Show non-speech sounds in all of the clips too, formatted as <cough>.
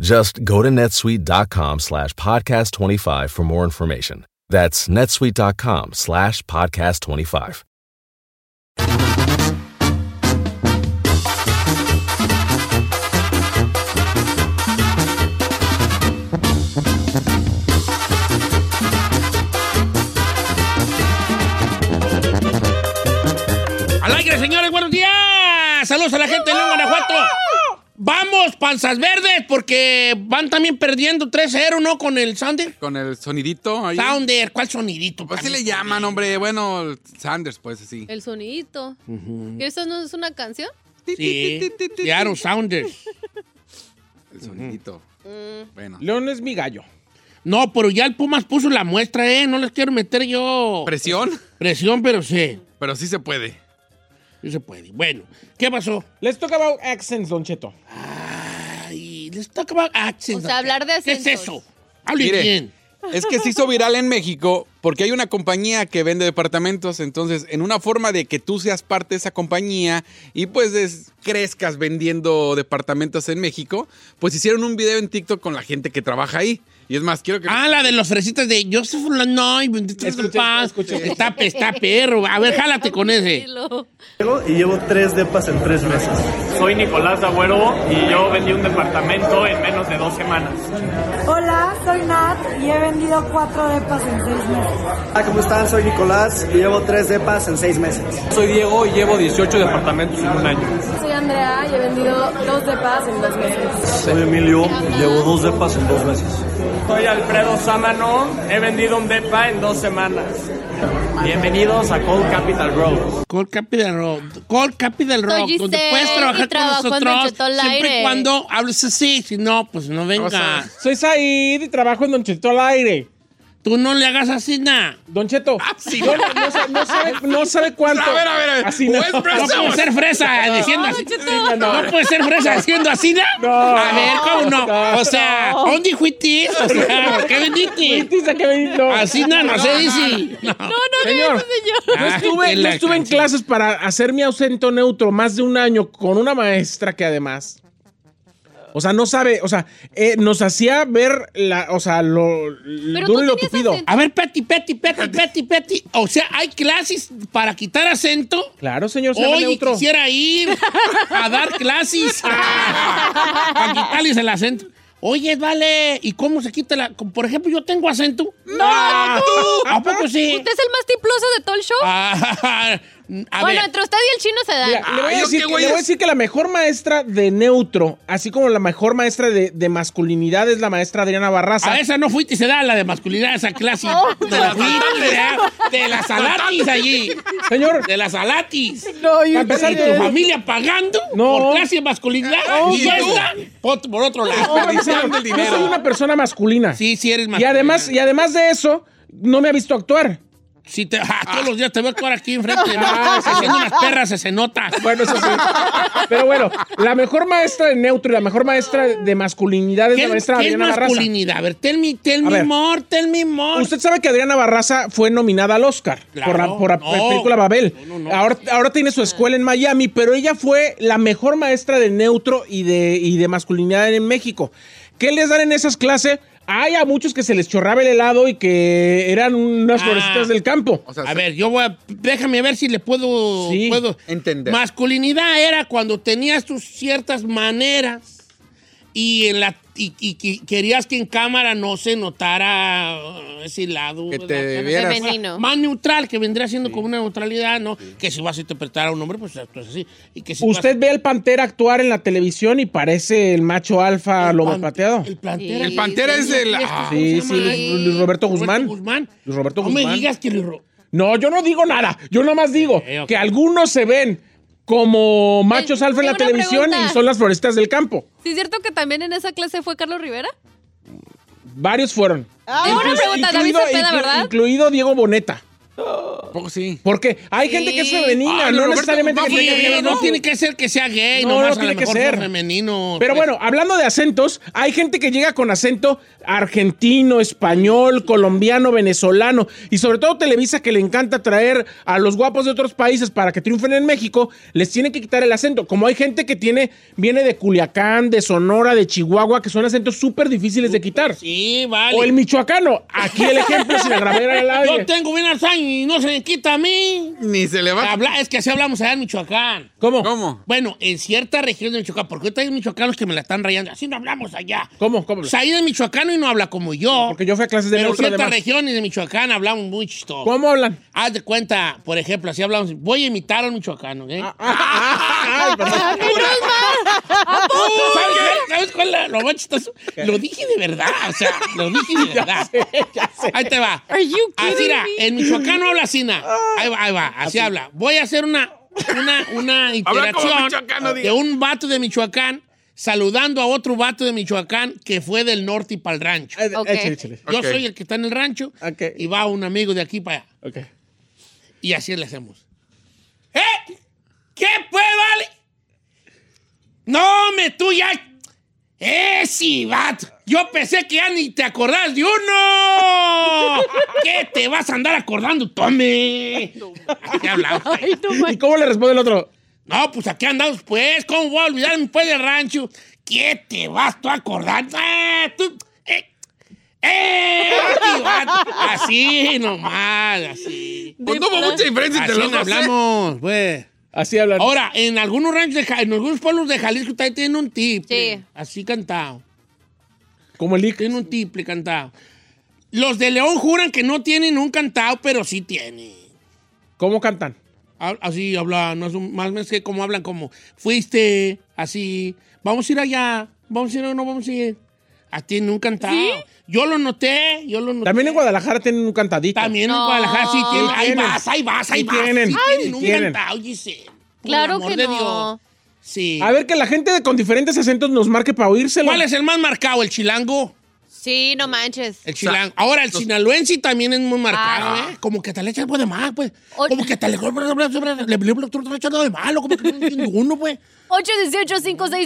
Just go to netsuite.com slash podcast 25 for more information. That's netsuite.com slash podcast 25. ¡Al aire, señores! ¡Buenos días! ¡Saludos a la gente de León, Guanajuato! ¡Vamos, panzas verdes! Porque van también perdiendo 3-0, ¿no? Con el Sander. Con el sonidito ahí. Sounder, ¿cuál sonidito? Pues sí panita? le llaman, hombre. Bueno, el Sanders, pues así. El sonidito. ¿Que eso no es una canción? <laughs> Sí, de Aaron Sounders. El sonidito. Bueno. León es mi gallo. No, pero ya el Pumas puso la muestra, ¿eh? No les quiero meter yo Presión, presión, pero sí, pero sí se puede. sí se puede. Bueno, ¿qué pasó? Let's talk about accents, Don Cheto. Ay, les toca about accents. O sea, hablar de ¿Qué es acentos. eso? Hable Mire. bien. Es que se hizo viral en México porque hay una compañía que vende departamentos, entonces en una forma de que tú seas parte de esa compañía y pues es- crezcas vendiendo departamentos en México, pues hicieron un video en TikTok con la gente que trabaja ahí. Y es más, quiero que... Ah, la de los fresitas de Joseph Lanoy. Escucha, Está, está perro. A ver, jálate con ese. Dilo. y llevo tres depas en tres meses. Soy Nicolás Agüero y yo vendí un departamento en menos de dos semanas. Hola, soy Nat y he vendido cuatro depas en seis meses. Hola, Ah, ¿cómo están? Soy Nicolás y llevo tres depas en seis meses. Soy Diego y llevo 18 departamentos en un año. Soy Andrea y he vendido dos depas en dos meses. Soy Emilio y llevo dos depas en dos meses. Soy Alfredo Sámano, he vendido un depa en dos semanas. Bienvenidos a Cold Capital Growth. Call Capital Rock. Call Capital Rock. Soy donde Giselle puedes trabajar y trabajo con en nosotros. Don Cheto al Siempre y aire. cuando hables así. Si no, pues no venga. Cosa. Soy Said y trabajo en Don Cheto al aire. Tú no le hagas así nada. Don Cheto. No, no, no sa- no sabe, no sabe cuánto. Ah, pues A ver, a ver, a ver. Así no. ¿O pues, es No fresa puedes ser fresa diciendo así. Cheto. No puedes ser fresa diciendo así, ¿no? No. A ver, ¿cómo no? No. O sea, ¿dónde fuitis? O sea, ¿qué veniste? Dice que me- no. Así no, no se dice. No, Señor, Ah, no estuve, que no la estuve en canción. clases para hacerme ausento neutro más de un año con una maestra que además. O sea, no sabe, o sea, eh, nos hacía ver la, o sea, lo Pero duro tú y lo tenías tupido. acento. A ver, Peti, Peti, Peti, Peti, Peti. O sea, hay clases para quitar acento. Claro, señor, se llama Hoy neutro. quisiera ir a dar <laughs> clases. Para quitarles el acento. Oye, vale, ¿y cómo se quita la...? Por ejemplo, yo tengo acento. ¡No, tú! ¿A poco sí? ¿Usted es el más tiploso de todo el show? Ah, a bueno, ver, entre usted y el chino se dan. Mira, le, voy Ay, a ¿o decir, qué, que- güey, le voy a es? decir que la mejor maestra de neutro, así como la mejor maestra de, de masculinidad, es la maestra Adriana Barraza. a esa no fuiste y se da la de masculinidad, esa clase. Te la fuiste, ¿verdad? de las alatis allí. <laughs> Señor, De las alatis. no, Para empezar, tu familia pagando No. por clase de masculinidad No, y no. esta por, por otro lado. Desperdiciando el Yo soy dinero. una persona masculina. Sí, sí eres Y además, y además de eso, no me ha visto actuar. Si te, ah, todos los días te veo por aquí enfrente. ¿no? haciendo unas perras se nota. Ah, Bueno, eso sí. Pero bueno, la mejor maestra de neutro y la mejor maestra de masculinidad es ¿Qué, la maestra qué es Adriana Barraza. masculinidad? A ver, tell me, tell me A ver. more, tell me more. Usted sabe que Adriana Barraza fue nominada al Oscar Claro, por la, por la no. película Babel. No, no, no. Ahora, ahora tiene su escuela en Miami, pero ella fue la mejor maestra de neutro y de, y de masculinidad en México. ¿Qué les dan en esas clases? Hay a muchos que se les chorraba el helado y que eran unas Ah. florecitas del campo. O sea, a ver, yo voy a, déjame ver si le puedo, Sí, puedo entender. Masculinidad era cuando tenías tus ciertas maneras y en la y, y- y querías que en cámara no se notara uh, ese lado Que ¿verdad? te no se vieras. Femenino. Más neutral, que vendría siendo como una neutralidad, ¿no? Que si vas a interpretar a un hombre, pues esto es así. Y que si vas- Usted ve al Pantera actuar en la televisión y parece el macho alfa el lomo pan- pateado. El plantera. El Pantera es el- ¿Cómo ah, se Sí, llama? sí, Luis- Luis Roberto Guzmán. Guzmán. Luis Roberto no me Guzmán. digas que Luis Ro- No, yo no digo nada. Yo nada más digo ok. que algunos se ven como machos Eh, alfa en la tengo una televisión pregunta. y son las florestas del campo. ¿Sí es cierto que también en esa clase fue Carlos Rivera? Varios fueron. Ah, Tengo una Incluso- pregunta, David incluido- Cepeda, inclu- ¿verdad? Incluido Diego Boneta. Tampoco sí. Porque hay Sí. gente que es femenina, Ah, no Roberto necesariamente que Guzmán Sí, tenga fue- que ver, no ¿no? tiene que ser que sea gay, No, no, no nomás a tiene lo que mejor ser. fue femenino. Pero pues. bueno, hablando de acentos, hay gente que llega con acento argentino, español, colombiano, venezolano y sobre todo Televisa que le encanta traer a los guapos de otros países para que triunfen en México, les tiene que quitar el acento. Como hay gente que tiene viene de Culiacán, de Sonora, de Chihuahua, que son acentos súper difíciles de quitar. Sí, vale. O el michoacano. Aquí el ejemplo sin agravar al Yo aire. tengo bien Alzheimer y no se me quita a mí. Ni se le Ah. va. Habla- es que así hablamos allá en Michoacán. ¿Cómo? ¿Cómo? Bueno, en cierta región de Michoacán, porque ahorita hay michoacanos que me la están rayando. Así no hablamos allá. ¿Cómo? ¿Cómo? Saí de michoacano y no habla como yo. Porque yo fui a clases de Pero en neutro, ciertas además. regiones de Michoacán hablamos muy chistoso. ¿Cómo hablan? Haz de cuenta, por ejemplo, así hablamos. Voy a imitar a un michoacano, ¿eh? Ah, <laughs> Ay, perdón. ¿Sabes, ¿Sabes cuál es lo más chistoso? Lo dije de verdad, o sea, lo <laughs> dije de verdad. Ahí te va. Are you Así kidding era, me? en Michoacán no habla así, na. Ahí va, ahí va, así, habla. Voy a hacer una, una, una <laughs> Habla como interacción michoacano, diga. de un vato de Michoacán saludando a otro vato de Michoacán que fue del norte y para el rancho. Ok. Échale, échale. Yo Ok. soy el que está en el rancho Ok. y va un amigo de aquí para allá. Ok. Y así le hacemos. ¿Eh? ¿Qué pues, vale? No, me tú ya. ¡Eh, sí, vato! Yo pensé que ya ni te acordás de <laughs> uno. ¿Qué te vas a andar acordando, Tome? Así hablamos. ¿Y cómo le responde el otro? No, pues aquí andamos, pues. ¿Cómo voy a olvidarme, pues, del rancho? ¿Qué te vas tú a acordar? Ah, tú- ¡Eh! ¡Eh! sí, vato. Así nomás, así. Pues no hubo mucha diferencia Así entre los no dos. ¿eh? hablamos, güey. Así hablan. Ahora, en algunos ranchos de Ja- en algunos pueblos de Jalisco también tienen un tiple. Sí. Así cantado. Como el Ica. Tienen un tiple cantado. Los de León juran que no tienen un cantado, pero sí tienen. ¿Cómo cantan? Hab- Así hablan, no es un- más o menos que como hablan, como fuiste, así, vamos a ir allá, vamos a ir o no vamos a ir. Así tienen un cantado. Yo lo noté, yo lo noté. También en Guadalajara tienen un cantadito. También en No. Guadalajara sí tienen. Sí Ahí tienen. vas, ahí vas, ahí Sí vas. tienen. Sí Ay, tienen un tienen. cantado, Giselle. Por Claro el amor que de no. Dios. Sí. A ver, que la gente de- con diferentes acentos nos marque para oírselo. ¿Cuál es el más marcado? ¿El chilango? Sí, no manches. El chilango. Ahora, el sinaloense también es muy marcado, Ah. ¿eh? Como que te le echan algo de más, pues. O- Como que te le le- le echan algo de malo, como que no tiene ninguno, pues.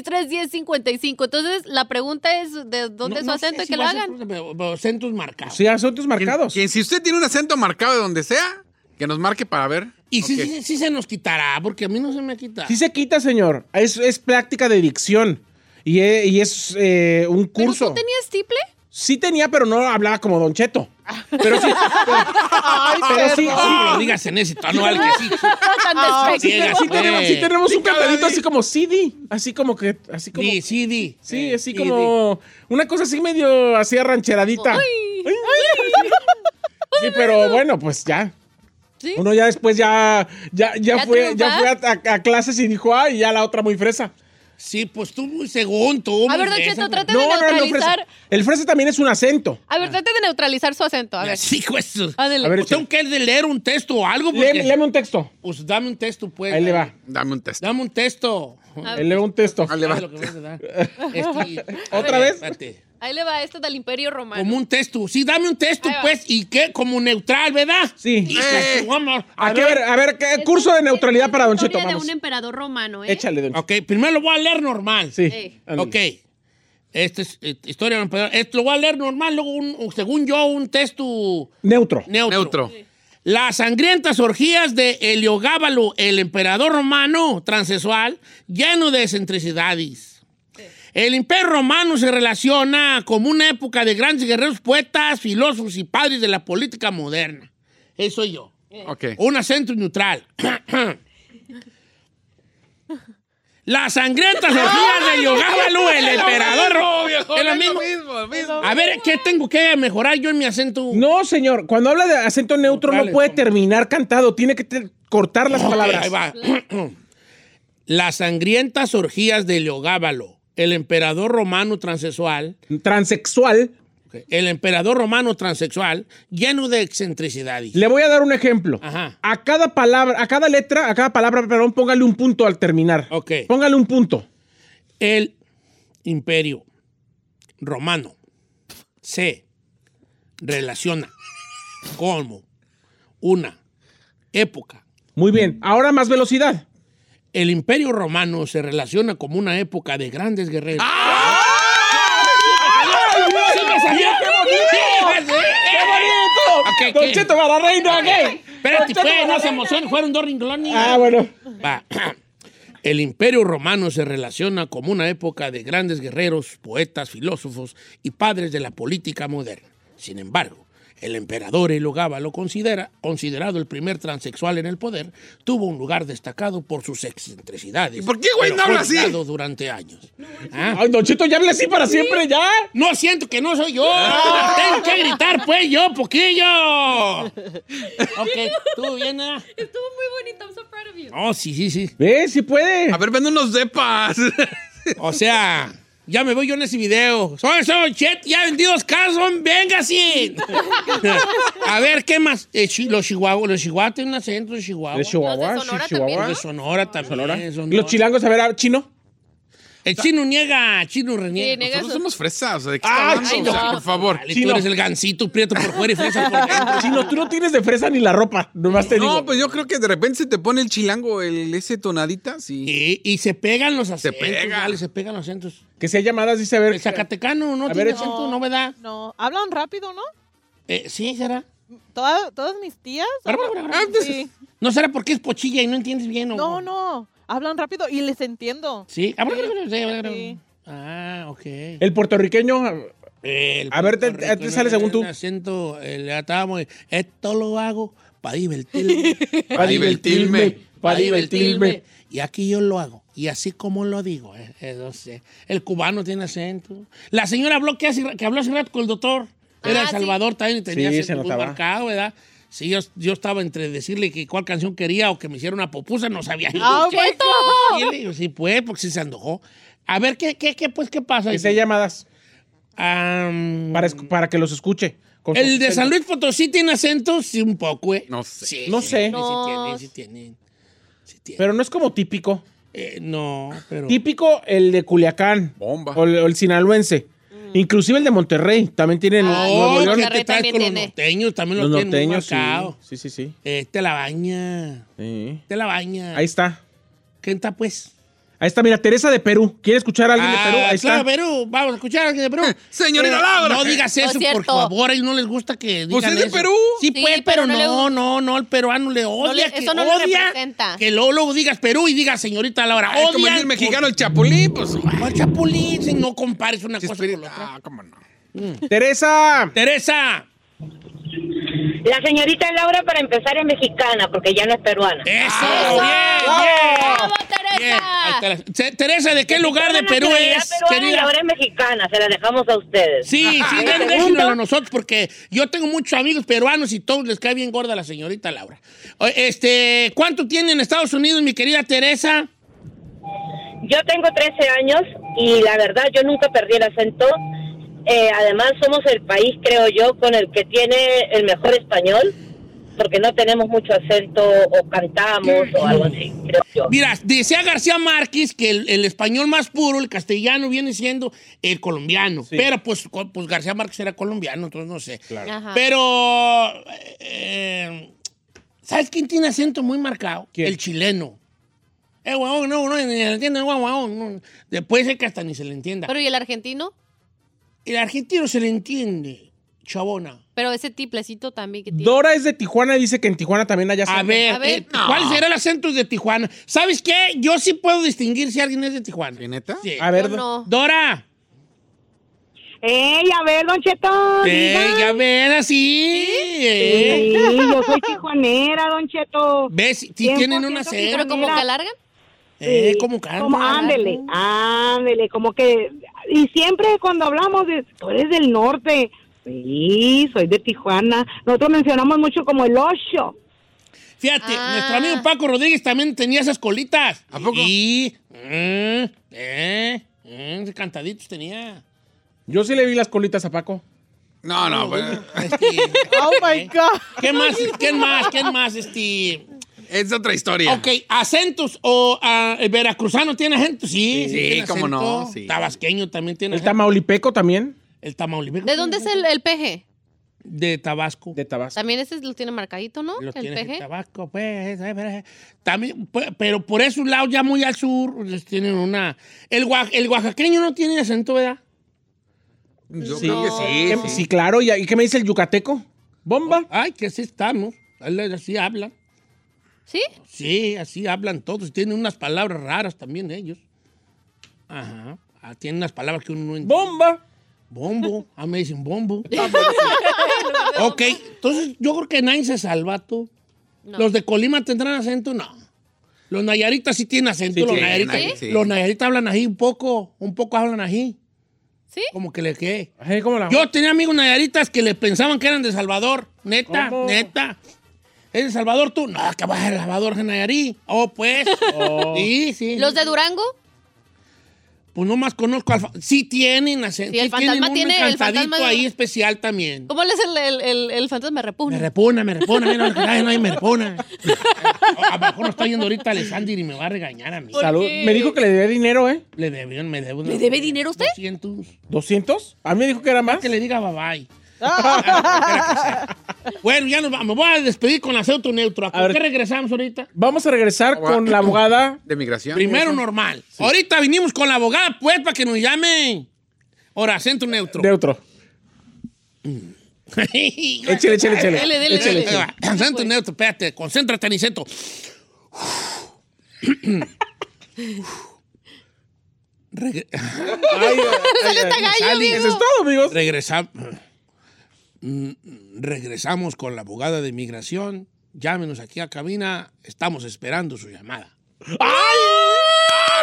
818-563-1055. Entonces, la pregunta es: ¿de dónde es su No- no sé acento? si que lo va a hagan. ser- pero- pero Acentos marcados. Sí, acentos Quien- marcados. quien- si usted tiene un acento marcado de donde sea, que nos marque para ver. Y sí, Ok. sí, sí se nos quitará, porque a mí no se me quita. Sí se quita, señor. Es, es práctica de dicción. Y e- y es, eh, un ¿Pero curso. tú tenías <laughs> tiple? Sí tenía, pero no hablaba como Don Cheto. <laughs> Pero sí. pero sí, No me lo digas en ese tono, al que sí. Ah, Ah, Tan sí, despectivo. Ciegas, sí tenemos, sí pues. tenemos un cantadito Di. así como CD. Así como que. Así <laughs> como, Di, sí, di. sí, Eh, así di, di. como. Una cosa así medio así arrancheradita. Ay. Ay, ay. Sí, pero bueno, pues ya. Sí. Uno ya después ya, ya, ya, ¿Ya fue, ya fue triunfar? a, a- a clases y dijo, ay, ya la otra muy fresa. Sí, pues tú, muy según tú. A muy ver, Don de Cheto, esas, trata No, de no, no, fresa. neutralizar. El fresa también es un acento. A ver, trate de neutralizar su acento. A ver. Sí, pues. Ándale. A ver, Pues tengo que de leer un texto o algo, porque... Léeme, léeme un texto. Pues dame un texto, pues. Ahí le va. Dame un test. Dame un texto. A Él lee un texto. pues, Ahí le va. <laughs> Es lo que vas a dar. Este, ¿Otra vez? espérate. Ahí le va esta del Imperio Romano. Como un texto. Sí, dame un texto, Ahí va. Eh. pues. ¿Y qué? Como neutral, ¿verdad? Sí. Hijo de su amor. A ver, a ver, a ver, ¿qué curso de neutralidad para Don Cheto, Historia de vamos. un emperador romano, ¿eh? Échale, Don Cheto. Ok, primero lo voy a leer normal. Sí. Ey. ándale. Ok. Esta es eh, historia de un emperador. Esto lo voy a leer normal, luego, un- según yo, un texto Neutro. neutro. Neutro. Las sangrientas orgías de Heliogábalo, el emperador romano transexual, lleno de excentricidades. El imperio romano se relaciona como una época de grandes guerreros, poetas, filósofos y padres de la política moderna. Eso soy yo. Ok. Un acento neutral. Las sangrientas orgías de Heliogábalo, el emperador. No, viejo, Es lo es mismo. lo mismo. A ver, ¿qué tengo que mejorar yo en mi acento? No, señor. Cuando habla de acento neutro no Neutrales, puede hombre. terminar cantado. Tiene que te- cortar las Ok, palabras. ahí va. <clears throat> Las sangrientas orgías de Leogábalo, el emperador romano transexual, Transexual. el emperador romano transexual, lleno de excentricidades. Le voy a dar un ejemplo. Ajá. A cada palabra, a cada letra, a cada palabra, perdón, póngale un punto al terminar. Ok. Póngale un punto. El imperio romano se relaciona como una época. Muy bien. Ahora más velocidad. El imperio romano se relaciona como una época de grandes guerreros. ¡Sí me salió! ¡Qué bonito! Ok, Don ¿qué? Cheto para la reina, ¿qué? Don Espérate, Cheto pues, para la no se reina. emocionen, fueron dos renglones. Ah, bueno. Va. <clears throat> El imperio romano se relaciona como una época de grandes guerreros, poetas, filósofos y padres de la política moderna. Sin embargo, el emperador Heliogábalo, considera, considerado el primer transexual en el poder, tuvo un lugar destacado por sus excentricidades. ¿Y por qué, güey, pero no fue habla así? olvidado durante años. ¿Ah? Ay, Don Cheto, ya habla así para siempre, ya. No siento que no soy yo. Tengo que gritar, pues, yo, poquillo. ok, tú vienes. <laughs> Estuvo muy bonito, I'm so proud of you. Oh, sí, sí, sí. Ve, si puede. Ah, A ver, vende unos <laughs> depas. O sea, ya me voy yo en ese video. Soy, soy, chet, ya vendidos casos, venga, <laughs> sí. A ver, ¿qué más? Eh, chi- los chihuahuas, los chihuahuas tienen un acento de chihuahua. De Chihuahua, Los de Sonora sí, Chihuahua. también, De Sonora también. Sonora. Los chilangos, a ver, a- chino. El chino niega, chino reniega. Sí, niega Nosotros su- Pues somos fresas. ¿De qué Ah, está hablando? ay, O sea, no. por favor. Dale, tú Chino. eres el gancito prieto por fuera y fresa por dentro. <laughs> Chino, tú no tienes de fresa ni la ropa. Nomás te digo. No, pues yo creo que de repente se te pone el chilango, el, ese tonadita, sí. Y, y se pegan los acentos. pega. vale, se pegan los acentos. Que si hay llamadas, dice, a ver. El zacatecano no A tiene ver, acento, no me da. No, hablan rápido, ¿no? Eh, sí, será. Toda- todas mis tías. Ah, pues Sí. No será porque es pochilla y no entiendes bien. o- No, no, hablan rápido y les entiendo. Sí. Sí. Ah, ok. El puertorriqueño. eh, a- El A ver, te- eh, puertorriqueño te sale según tú. tiene acento, eh, le atamos, eh, esto lo hago para <laughs> divertirme. Para divertirme, Para divertirme. Y aquí yo lo hago. Y así como lo digo. eh, eh, no sé. El cubano tiene acento. La señora habló que, hace- que habló hace rato con el doctor. Era Ah, El Salvador también y tenía Sí, se acento muy notaba. marcado, ¿verdad? Sí, yo, yo estaba entre decirle que cuál canción quería o que me hiciera una popusa, no sabía. <laughs> Ah, my God. Y le digo, sí, pues, porque sí se antojó. A ver, ¿qué, qué, qué, pues, qué pasa? Que si hay llamadas. Am, Para, escu- para que los escuche. con Mm. el su- de San Luis Potosí tiene acento, sí, un poco, ¿eh? No sé. Sí, No sí, sé. Sí, No. tiene, sí tiene. Sí tiene. Pero no es como típico. Eh, no, pero. Típico el de Culiacán. Bomba. O el, o el sinaloense. Inclusive el de Monterrey. También tienen. No, Ah, Nuevo Mm. ¿qué León. te traes También con los tiene. norteños? También los los, tienen muy norteños. sí. marcados. Sí, sí, sí. Este la baña. Sí. Este la baña. Ahí está. ¿Quién está, pues? Ahí está, mira, Teresa de Perú. ¿Quiere escuchar a alguien de Perú? Ah, Ahí claro, está. Perú. Vamos a escuchar a alguien de Perú. Señorita Pero Laura. No digas No es eso, por cierto. favor. A ellos no les gusta que digan Pues es de eso. Perú. Sí, Sí, pues, pero, pero no le no, gusta. no, no, el peruano le odia. le- que eso no le odia representa. Que luego, luego digas Perú y digas señorita Laura. Ah, es como Odian el mexicano, el chapulín, pues. con- con Chapulín, si no compares una cosa con la otra. Ah, cómo no. Teresa. Teresa. La señorita Laura, para empezar, es mexicana, porque ya no es peruana. Eso, bien, ¡Bravo, bien. Bien. Ahí Teresa! está la- Se- Teresa, ¿de qué lugar de Toda la Perú nacionalidad es, peruana y querida? Laura es mexicana, se la dejamos a ustedes. Sí, Ah, sí, ¿De den- segundo? déjenoslo a nosotros porque yo tengo muchos amigos peruanos y todos les cae bien gorda la señorita Laura. O- Este, ¿cuánto tiene en Estados Unidos mi querida Teresa? Yo tengo 13 años y la verdad yo nunca perdí el acento. Eh, además somos el país, creo yo, con el que tiene el mejor español. porque no tenemos mucho acento o cantamos o algo así, creo yo. Mira, decía García Márquez que el, el español más puro, el castellano, viene siendo el colombiano. Pero pues, co- pues García Márquez era colombiano, entonces no sé. Ajá. Pero, eh, ¿sabes quién tiene acento muy marcado? El chileno. Eh, huevón, no, no, ni se le entiende, huevón, huevón, no. Después es que hasta ni se le entienda. Pero ¿y el argentino? El argentino se le entiende, chabona. Pero ese tiplecito también que tiene. Dora es de Tijuana y dice que en Tijuana también hay acento. A ver, eh, ¿cuál será el acento de Tijuana? ¿Sabes qué? Yo sí puedo distinguir si alguien es de Tijuana. neta? Sí. A ver, Yo Dora. ¡Ey, a ver, don Cheto! Ey, diga. Eh, ya ver, así. Sí, eh. yo soy tijuanera, don Cheto. ¿Ves? Sí tienen un acento. ¿Pero como que alargan? Eh, como que Como, alargan. ándele, ándele, como que... Y siempre cuando hablamos de... Tú eres del norte. Sí, soy de Tijuana. Nosotros mencionamos mucho como el ocho. Fíjate, Ah. nuestro amigo Paco Rodríguez también tenía esas colitas. ¿A poco? Y. mm, eh, mm, cantaditos tenía. Yo sí le vi las colitas a Paco. No, no, pues. <laughs> Oh my God. Este, ¿Qué más? ¿Quién más? ¿Quién más? Este. Es otra historia. Ok, acentos o ah, el veracruzano tiene acento, sí. Sí, tiene cómo no, acento. sí. Tabasqueño también tiene El acento. Tamaulipeco también. el tamaulipeco. ¿De dónde es el, el peje? De Tabasco. De Tabasco. También ese lo tiene marcadito, ¿no? Los el tiene de peje. Tabasco, pues. eh, pero, eh, También, pe- pero por esos lados, ya muy al sur, les tienen una. El, oa- el oaxaqueño no tiene acento, ¿verdad? Yo creo que sí. ¿Qué- sí, claro. ¿Y, y qué me dice el yucateco? Bomba. Ay, que así estamos. Así hablan. ¿Sí? Sí, así hablan todos. Tienen unas palabras raras también ellos. Ajá. Ah, tienen unas palabras que uno no entiende. Bomba. Bombo. Ah, me dicen bombo. <laughs> pues <laughs> ok, entonces yo creo que nadie se salva, tú. No. ¿Los de Colima tendrán acento? No. Los nayaritas sí tienen acento. Sí, los, sí, nayaritas, ¿sí? sí. los nayaritas hablan ají un poco, un poco hablan ají. ¿Sí? Como que le quede. Ay, ¿cómo la- Yo tenía amigos nayaritas que le pensaban que eran de Salvador. Neta, ¿Cómo? neta. ¿Es de Salvador tú? No, que vas de Salvador, de Nayarit. Oh, <laughs> pues. Oh. Sí, sí. ¿Los de Durango? Pues no más conozco al... fa- Sí tienen acento. Sí, el tienen fantasma un tiene- el cantadito fantasma- ahí especial también. ¿Cómo le es el, el, el, el fantasma Me repugna? repona, me repona. Mira, lo que trae, nadie me repona. Abajo no está yendo ahorita Alessandri y me va a regañar a mí. Salud. qué? Me dijo que le debía dinero, ¿eh? Le debe, me debe. ¿Le debe dinero usted? 200. ¿200? A mí me dijo Ah, que era más. Que le diga bye bye. Ah. bueno, ya nos vamos. Me voy a despedir con acento neutro. ¿A, ver. qué regresamos ahorita? Vamos a regresar con la abogada. De migración. Primero normal. Ahorita vinimos con la abogada, pues, para que nos llamen. Ahora, acento neutro. <laughs> De otro. Échele, échele, échele. Dele, dele, dele. Échele, Ahí échele. va. Acento neutro, espérate, concéntrate, Aniceto. Regre- Ay, ay, ay, gallo, Sali. amigo. Eso es todo, amigos. Regresa- Mm, Regresamos con la abogada de inmigración. Llámenos aquí a cabina. Estamos esperando su llamada. Ah,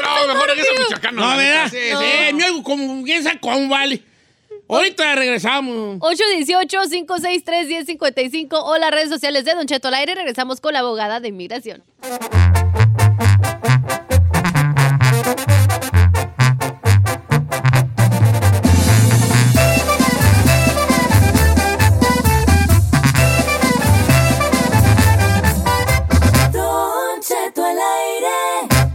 No, mejor regreso a Michoacán. No, la ¿verdad? neta, Sí, sí, sí. me oigo como quién sabe cómo vale. Ahorita regresamos. 818-563-1055 o las redes sociales de Don Cheto al aire. Regresamos con la abogada de inmigración. Don Cheto al aire.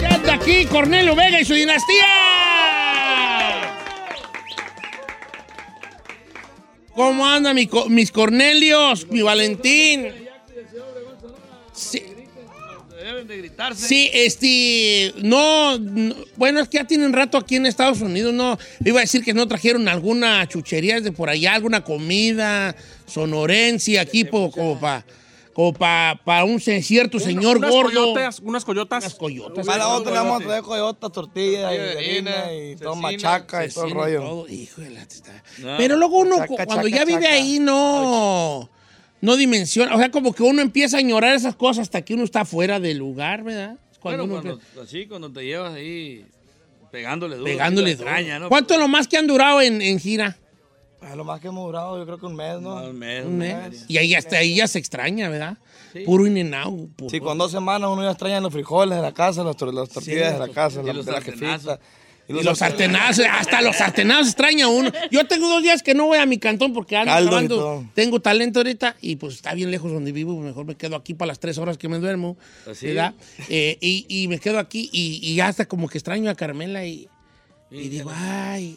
Ya está aquí Cornelio Vega y su dinastía. ¿Cómo anda mi co- mis Cornelios, mi Valentín? Sí. Sí, este, no, no, bueno, es que ya tienen rato aquí en Estados Unidos, no, iba a decir que no trajeron alguna chuchería de por allá, alguna comida sonorense aquí, po- como para como pa- pa un se- cierto señor unas gordo. Coyotas, unas coyotas. Unas coyotas. Para la otra le vamos a traer coyotas, tortillas y harina y todo machaca y todo el Asesino, rollo. todo. Hijo de la teta. Pero luego uno, Chaca, cu- cuando chaca, ya vive chaca. ahí, no, no dimensiona. O sea, como que uno empieza a ignorar esas cosas hasta que uno está fuera del lugar, ¿verdad? Es Cuando Bueno, uno cuando, así, cuando te llevas ahí pegándole duro. sí, pegándole la extraña, duro. ¿no? ¿Cuánto es lo más que han durado en, en gira? Ah, lo más que hemos durado, yo creo que un mes, ¿no? un mes. Un mes. Y ahí hasta ahí ya se extraña, ¿verdad? Puro in and out, puro. Sí, con dos semanas uno ya extraña los frijoles de la casa, las, tor- las tortillas de la casa, y la, los de la jefita. Y los sartenazos, hasta los sartenazos extraña uno. Yo tengo dos días que no voy a mi cantón porque ando Caldo y trabajando. todo. Tengo talento ahorita y pues está bien lejos donde vivo. Mejor me quedo aquí para las tres horas que me duermo. Así. ¿verdad? Eh, y, y me quedo aquí y, y hasta como que extraño a Carmela y, y digo, ay,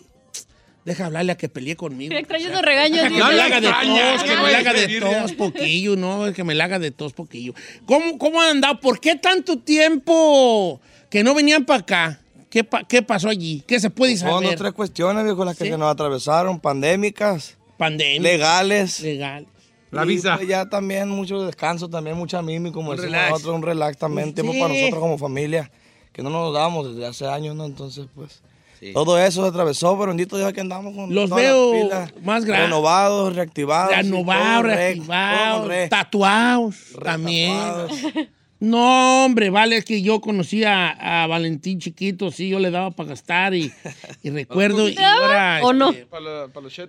deja hablarle a que peleé conmigo. Extraño esos regaños. Que me la haga de Extraña, tos, que me ay. la haga de tos poquillo, ¿no? Que me la haga de tos poquillo. ¿Cómo, cómo han andado? ¿Por qué tanto tiempo que no venían para acá? ¿Qué, pa- qué pasó allí? ¿Qué se puede Son dos, saber? Pues, tres cuestiones, viejo, las que Sí. se nos atravesaron, pandémicas. Pandémicas. Legales. Legal. Y, pues, ya también mucho descanso, también mucha mimi, como Un decimos relax. Pues, nosotros, un relax también, Sí. tiempo para nosotros como familia, que no nos damos desde hace años, ¿no? Entonces, pues, todo eso se atravesó, pero bendito Dios que andamos con Los todas veo las pilas, más grandes. Renovados, reactivados. sí, Renovados, todo en rec, todo reactivados, en rec. tatuados también. No, hombre, vale, es que yo conocí a, a Valentín chiquito, sí, yo le daba para gastar y, y recuerdo. y ahora, ¿O no? este,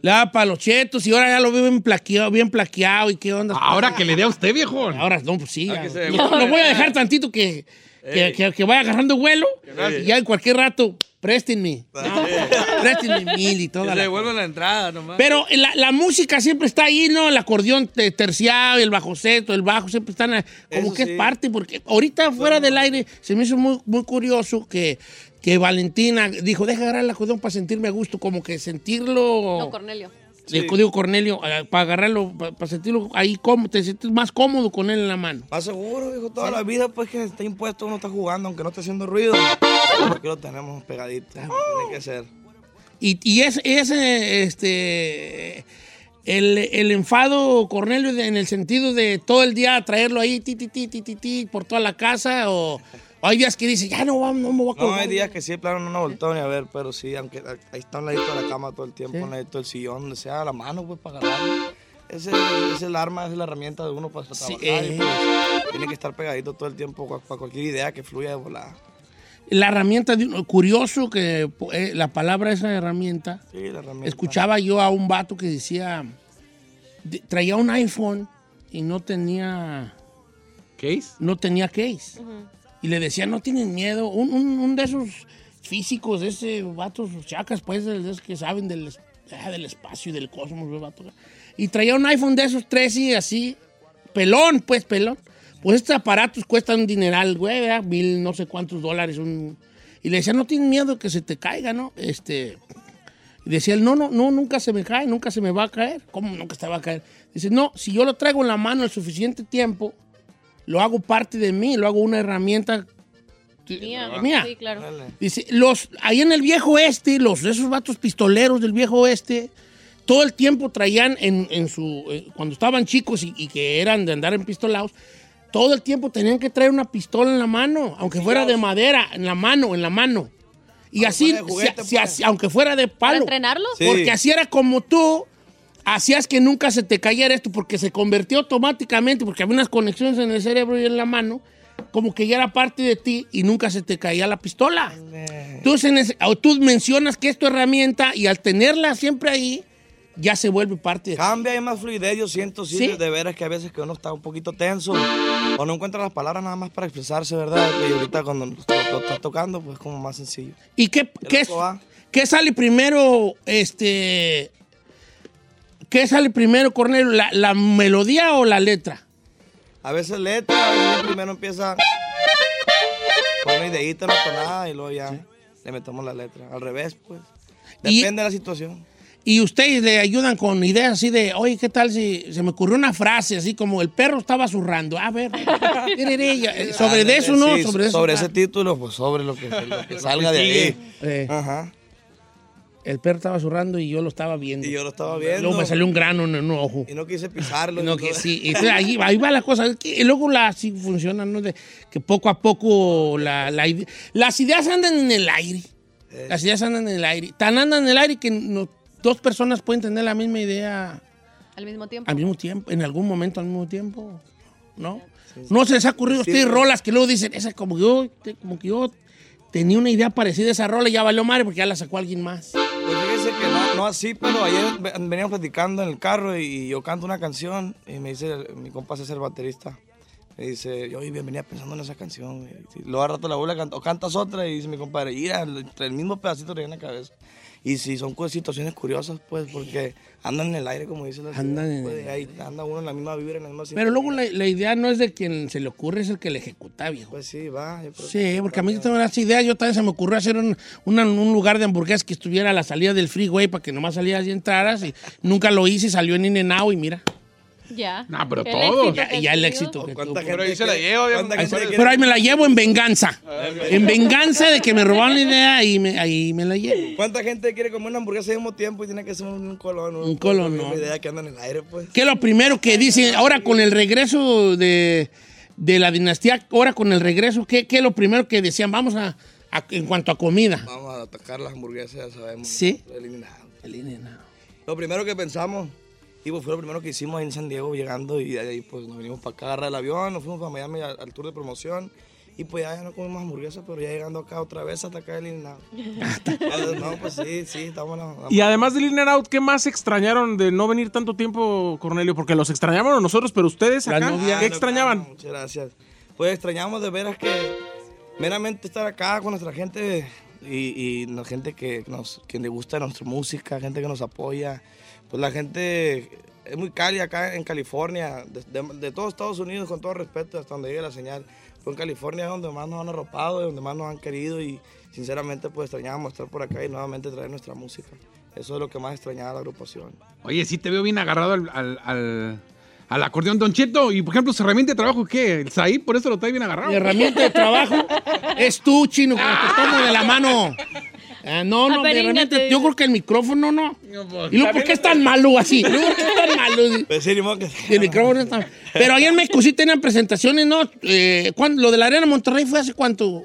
Le daba para los chetos y ahora ya lo veo bien plaqueado, bien plaqueado y qué onda. Ahora que le dé a usted, viejo. Ahora, no, pues sí. ya. se- Lo, lo voy a dejar tantito que, que, Ey. que- que vaya agarrando vuelo nace. y ya en cualquier rato, préstenme. préstenme mil y toda Ah, Que se la devuelva la entrada nomás. pero la, la música siempre está ahí, ¿no? El acordeón te- terciado, el bajoceto, el bajo, siempre están eh, como que es parte, porque ahorita fuera del aire se me hizo muy, muy curioso que, que Valentina dijo, deja agarrar el acordeón para sentirme a gusto, como que sentirlo... No, Cornelio. Le digo, Cornelio, eh, para agarrarlo, para, para sentirlo ahí, cómo, te sientes más cómodo con él en la mano. Más seguro, dijo, toda la vida, pues, que está impuesto, uno está jugando, aunque no esté haciendo ruido, porque lo tenemos pegadito, tiene que ser. Y, y es, ese, este, el, el enfado, Cornelio, de- en el sentido de todo el día traerlo ahí, ti, ti, ti, ti, ti, ti, por toda la casa, o, o hay días que dice, ya no, vamos, no me voy a No, colgar. hay días que sí, claro, no nos volteo ni a ver, pero sí, aunque a- ahí está un ladito de la cama todo el tiempo, un ladito del sillón, donde sea, la mano, pues, para agarrarlo. Ese es el arma, es la herramienta de uno para trabajar. y, pues, tiene que estar pegadito todo el tiempo para cualquier idea que fluya de volada. La herramienta, de uno- curioso que eh, la palabra esa herramienta, Sí, la herramienta. escuchaba yo a un vato que decía, de- traía un iPhone y no tenía... ¿Case? No tenía case. Y le decía, no tienen miedo. Un, un- un de esos físicos, de ese vatos chacas, pues, de esos que saben del, es- ah, del espacio y del cosmos, ¿ve, vato? Y traía un iPhone de esos tres y así, pelón, pues, pelón. Pues estos aparatos cuestan un dineral, güey, ¿verdad? mil no sé cuántos dólares. un- Y le decía, no tienen miedo que se te caiga, ¿no? Este... Y decía él, no, no, no, nunca se me cae, nunca se me va a caer. ¿Cómo nunca se va a caer? Dice, no, si yo lo traigo en la mano el suficiente tiempo, lo hago parte de mí, lo hago una herramienta Mía. Mía. Sí, claro. Dice, los, ahí en el viejo oeste, los, esos vatos pistoleros del viejo oeste, todo el tiempo traían en, en su, eh, cuando estaban chicos y, y que eran de andar en pistolados, todo el tiempo tenían que traer una pistola en la mano, aunque fuera de madera, en la mano, en la mano. Y así, se- se hacía- aunque fuera de palo. entrenarlo? Sí. Porque así era como tú hacías que nunca se te cayera esto, porque se convirtió automáticamente, porque había unas conexiones en el cerebro y en la mano, como que ya era parte de ti y nunca se te caía la pistola. Entonces, en ese- o tú mencionas que es tu herramienta y al tenerla siempre ahí, ya se vuelve parte de ti. Cambia, hay más fluidez, yo siento, sí, de veras que a veces que uno está un poquito tenso o no encuentra las palabras nada más para expresarse, ¿verdad? Y ahorita cuando lo, lo estás tocando, pues como más sencillo. ¿Y qué, qué, qué sale primero, este... ¿Qué sale primero, Cornelio? ¿La, la melodía o la letra? A veces letra, a veces primero empieza con una ideita, una tonada y luego ya le metemos la letra. Al revés, pues. Depende de la situación. Y ustedes le ayudan con ideas así de, oye, ¿qué tal si se me ocurrió una frase así como el perro estaba zurrando? A <laughs> ver, tiriri, ya, eh, sobre de eso, ¿no? Sí, sobre eso. ese título, pues sobre lo que, lo <laughs> que salga de ahí. Ajá. Eh, El perro estaba zurrando y yo lo estaba viendo. Y yo lo estaba viendo. Luego me salió un grano en un ojo. Y no quise pisarlo. No, que sí. Entonces, ahí, va- ahí va la cosa. Y luego la, sí funciona, ¿no? De, que poco a poco la, la ide- las ideas andan en el aire. Eh. Las ideas andan en el aire. Tan andan en el aire que no- dos personas pueden tener la misma idea Al mismo tiempo. al mismo tiempo, en algún momento al mismo tiempo. ¿No? ¿No se les ha ocurrido a ustedes rolas que luego dicen, esa como que yo, como que yo tenía una idea parecida a esa rola y ya valió madre porque ya la sacó alguien más? Pues fíjese que no, no así, pero ayer ve- veníamos platicando en el carro y yo canto una canción y me dice, el- mi compa es el baterista. Me dice, yo bien, venía pensando en esa canción. güey. Y luego al rato la abuela canta, o cantas otra y dice mi compadre, mira, el, el mismo pedacito le viene en la cabeza. Y si son cu- situaciones curiosas, pues, porque andan en el aire, como dice la Andan en el pues, ahí anda uno en la misma vibra, en la misma Pero luego la, la idea no es de quien se le ocurre, es el que le ejecuta, viejo. Pues sí, va. yo creo Sí, que- porque a mí tengo unas ideas. Yo también se me ocurrió hacer un, una- un lugar de hamburguesas que estuviera a la salida del freeway para que nomás salías y entraras. Y nunca lo hice, salió en Inenao y mira. Ya. No, pero El todo. éxito que Ya, ya el has tenido. éxito que tuvo. Pero ahí se la lleva, Ahí se- Pero ahí me la llevo en venganza. En venganza de que me robaron la idea y me, ahí me la llevo. ¿Cuánta gente quiere comer una hamburguesa al mismo tiempo y tiene que ser un, un colón? Un colón, no. Una idea que anda en el aire, pues. ¿Qué es lo primero que dicen? Ahora con el regreso de, de la dinastía, ahora con el regreso, ¿qué, qué es lo primero que decían? Vamos a, a- en cuanto a comida. Vamos a atacar las hamburguesas, ya sabemos. Sí. Eliminado. Eliminado. Lo primero que pensamos, y pues fue lo primero que hicimos ahí en San Diego llegando y de ahí pues nos vinimos para acá, agarrar el avión, nos fuimos para Miami al, al tour de promoción. Y pues ya, ya no comimos hamburguesas, pero ya llegando acá otra vez hasta acá eliminado. no, pues sí, sí, estamos... Y además del In and Out, ¿qué más extrañaron de no venir tanto tiempo, Cornelio? Porque los extrañábamos nosotros, pero ustedes acá, ¿qué extrañaban? Muchas gracias. Pues extrañamos de veras que meramente estar acá con nuestra gente y, y la gente que nos que le gusta nuestra música, gente que nos apoya. Pues la gente es muy cálida acá en California, de, de- de todos Estados Unidos, con todo respeto, hasta donde llegue la señal. Pues en California es donde más nos han arropado, es donde más nos han querido y sinceramente pues extrañábamos estar por acá y nuevamente traer nuestra música. Eso es lo que más extrañaba la agrupación. Oye, sí te veo bien agarrado al, al, al- al acordeón, Don Cheto. Y por ejemplo, su herramienta de trabajo, ¿qué? El Saí, por eso lo trae bien agarrado. Mi herramienta de trabajo es tú, chino, cuando te tomo de la mano. Ah, no, no, mi Averíngate. herramienta, yo creo que el micrófono no. ¿Y luego por qué es tan malo así? Luego, ¿por qué es tan malo? Y el micrófono está- Pero ahí en México sí tenían presentaciones, ¿no? Eh, ¿cuándo? Lo de la Arena Monterrey fue hace cuánto?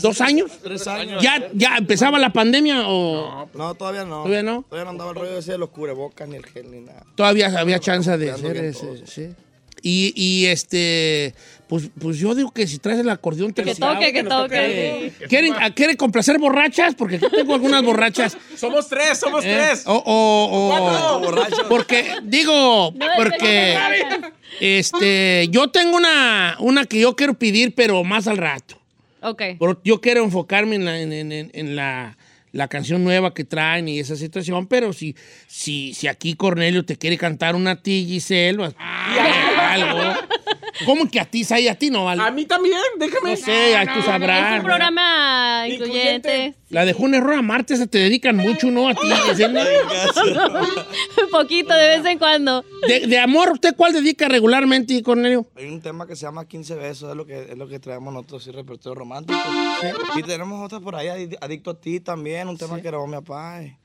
¿Dos años? Tres años. ¿Ya, ¿Ya empezaba la pandemia o No, pues, todavía no. Todavía no. Todavía no andaba el rollo ese de los cubrebocas ni el gel ni nada. todavía había chance de Ando hacer bien ese? sí. Y, y, este, pues, pues yo digo que si traes el acordeón te Que lo grabo. toque, que toque. ¿Quieren, a- quieren complacer borrachas? Porque aquí tengo algunas borrachas. Somos tres, somos ¿Eh? tres. O, o, o- Cuatro. Borrachos. Porque, digo, No, porque este, yo tengo una, una que yo quiero pedir, pero más al rato. Ok. Pero yo quiero enfocarme en la, en- en- en- en la- la canción nueva que traen y esa situación, pero si, si, si aquí Cornelio te quiere cantar una a ti, Giselle, pues, algo. ¿Cómo que a ti, Sai? A ti no vale. A mí también, déjame. No sé, ahí tú sabrás. Ah, Es un programa incluyente. La de Junes Roa Marte se te dedican mucho, ¿no? A ti, Giselle. Un <laughs> poquito de vez en cuando. De, de amor, ¿usted cuál dedica regularmente, Cornelio? Hay un tema que se llama 15 besos, es lo que, es lo que traemos nosotros, sí, repertorio romántico. Y tenemos otras por ahí, Adi- Adicto a ti también, un tema que grabó mi papá. Y,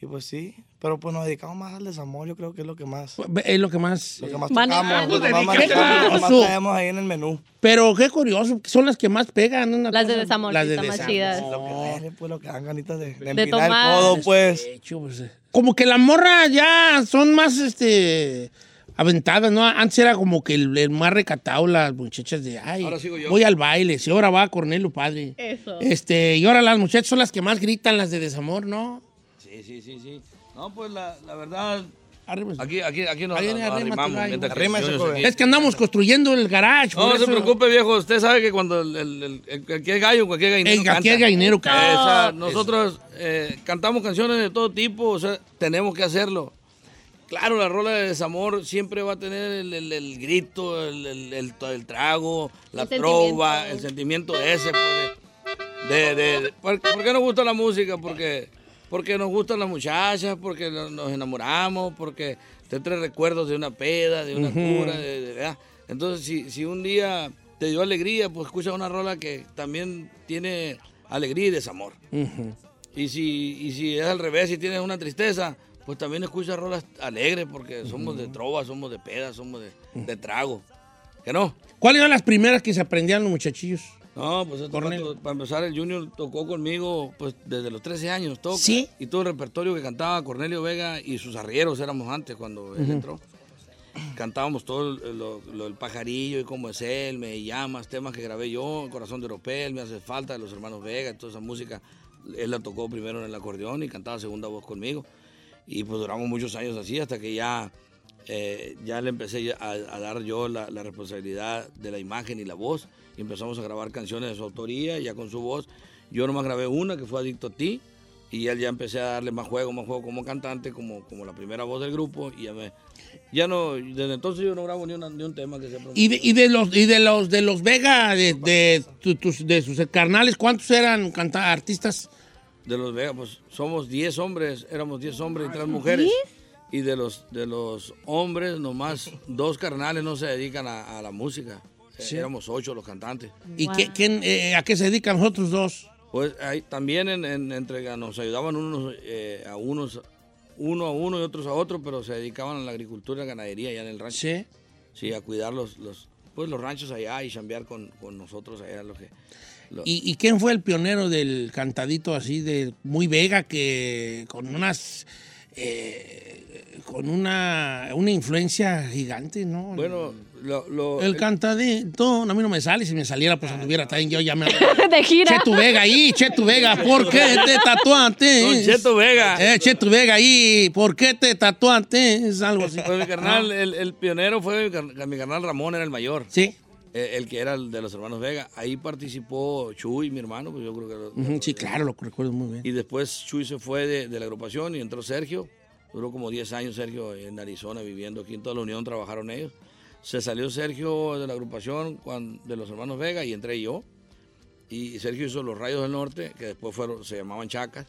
y pues sí, pero pues nos dedicamos más al desamor, yo creo que es lo que más, lo Es lo que más. que más Van- tocamos, algo lo que más dedícate manejamos, a lo que más eso. traemos ahí en el menú. Pero qué curioso, que son las que más pegan. una Las de cosa- desamor, Las sí, de están más desamor. chidas. Lo que duele, pues lo que dan ganitas de, de De empinar tomar. el codo, pues. Hecho, pues, eh. Como que la morra ya son más, este, aventadas, ¿no? Antes era como que el, el más recatado, las muchachas de, ay, Ahora sigo yo. voy al baile, si ahora va Cornelio, padre. Eso. Este, y ahora las muchachas son las que más gritan, las de desamor, ¿no? Sí, sí, sí, sí. No, pues la, la verdad. Aquí, aquí, aquí nos, Ahí, nos arrímate, arrimamos. Ray. mientras que yo- yo- Es que andamos construyendo el garage. No, por no se eso- preocupe, viejo. Usted sabe que cuando el, el- el- el- cualquier gallo, cualquier gallinero. El- cualquier gallinero canta. Eh, o sea, No. nosotros eh, cantamos canciones de todo tipo, o sea, tenemos que hacerlo. Claro, la rola de desamor siempre va a tener el, el- el grito, el, el- el- el trago, la El trova, el sentimiento ese. pues, de, de- de- ¿por, por qué nos gusta la música? Porque, porque nos gustan las muchachas, porque no- nos enamoramos, porque te trae recuerdos de una peda, de una Ujú. cura, de- de- ¿verdad? Entonces, si, si un día te dio alegría, pues escucha una rola que también tiene alegría y desamor. Ujú. Y si, y si es al revés, si tienes una tristeza, pues también escucha rolas alegres, porque somos de trova, somos de peda, somos de, de trago. ¿Que no? ¿Cuáles eran las primeras que se aprendían los muchachillos? No, pues este vato, para empezar, el Junior tocó conmigo pues desde los 13 años. Toca, ¿Sí? Y todo el repertorio que cantaba Cornelio Vega y sus arrieros éramos antes cuando él Ujú. entró. Cantábamos todo el- lo, lo del pajarillo y cómo es él, me llamas, temas que grabé yo, Corazón de Europel, me hace falta de los hermanos Vega, toda esa música él la tocó primero en el acordeón y cantaba segunda voz conmigo. Y pues duramos muchos años así hasta que ya, eh, ya le empecé a, a dar yo la, la responsabilidad de la imagen y la voz. Y empezamos a grabar canciones de su autoría, ya con su voz. Yo nomás grabé una que fue Adicto a ti. Y él ya empecé a darle más juego, más juego como cantante, como, como la primera voz del grupo. Y ya me. Ya no. Desde entonces yo no grabo ni, una- ni un tema que se Y de, y de los y de los de los Vega de, de tu- tus- de sus carnales, ¿cuántos eran canta- artistas? De los Vegas, pues somos 10 hombres, éramos 10 hombres y 3 mujeres. Y de los, de los <laughs> hombres, nomás dos carnales no se dedican a, a la música. Eh, Sí. Éramos 8 los cantantes. ¿Y qué- quién, eh, a qué se dedican los otros dos? Pues ahí también en, en- entre nos ayudaban unos eh, a unos, uno a uno y otros a otro, pero se dedicaban a la agricultura y la ganadería allá en el rancho. Sí. Sí, a cuidar los, los, pues, los ranchos allá y chambear con, con nosotros allá. Lo que, lo- ¿Y, y quién fue el pionero del cantadito así de muy Vega que con unas eh, con una una influencia gigante, ¿no? Bueno, lo- lo- Mm. el cantadito, no, a mí no me sale, si me saliera pues anduviera también yo ya me <laughs> De gira. Che <laughs> tu Vega ahí, Che tu Vega, ¿por qué te tatuaste? Don Cheto Vega. Eh, Che tu Vega ahí, ¿por qué te tatuaste? Es algo así. Pues mi carnal, el, el pionero fue mi, car- mi carnal Ramón, era el mayor. Sí. El, el que era el de los hermanos Vega. Ahí participó Chuy, mi hermano, pues yo creo que... lo- Ujú, Sí, claro, lo recuerdo muy bien. Y después Chuy se fue de, de la agrupación y entró Sergio. Duró como 10 años Sergio en Arizona viviendo aquí en toda la Unión, trabajaron ellos. Se salió Sergio de la agrupación cuan- de los hermanos Vega y entré yo. Y Sergio hizo Los Rayos del Norte, que después fueron, se llamaban Chacas.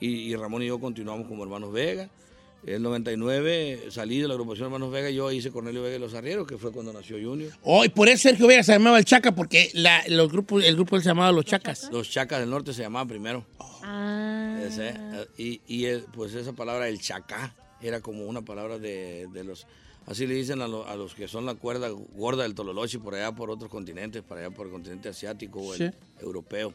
Y, y Ramón y yo continuamos como hermanos Vega. En el 99 salí de la agrupación Hermanos Vega y yo hice Cornelio Vega y Los Arrieros, que fue cuando nació Junior. Hoy por eso Sergio Vega se llamaba el Chaca porque la- los grupos, el grupo él se llamaba los Chacas. Los Chacas del Norte se llamaban primero. Ah. Ese, eh, y y eh, pues esa palabra, el chacá, era como una palabra de, de los... Así le dicen a, lo- a los que son la cuerda gorda del Tololochi por allá, por otros continentes, para allá por el continente asiático o el Sí. europeo.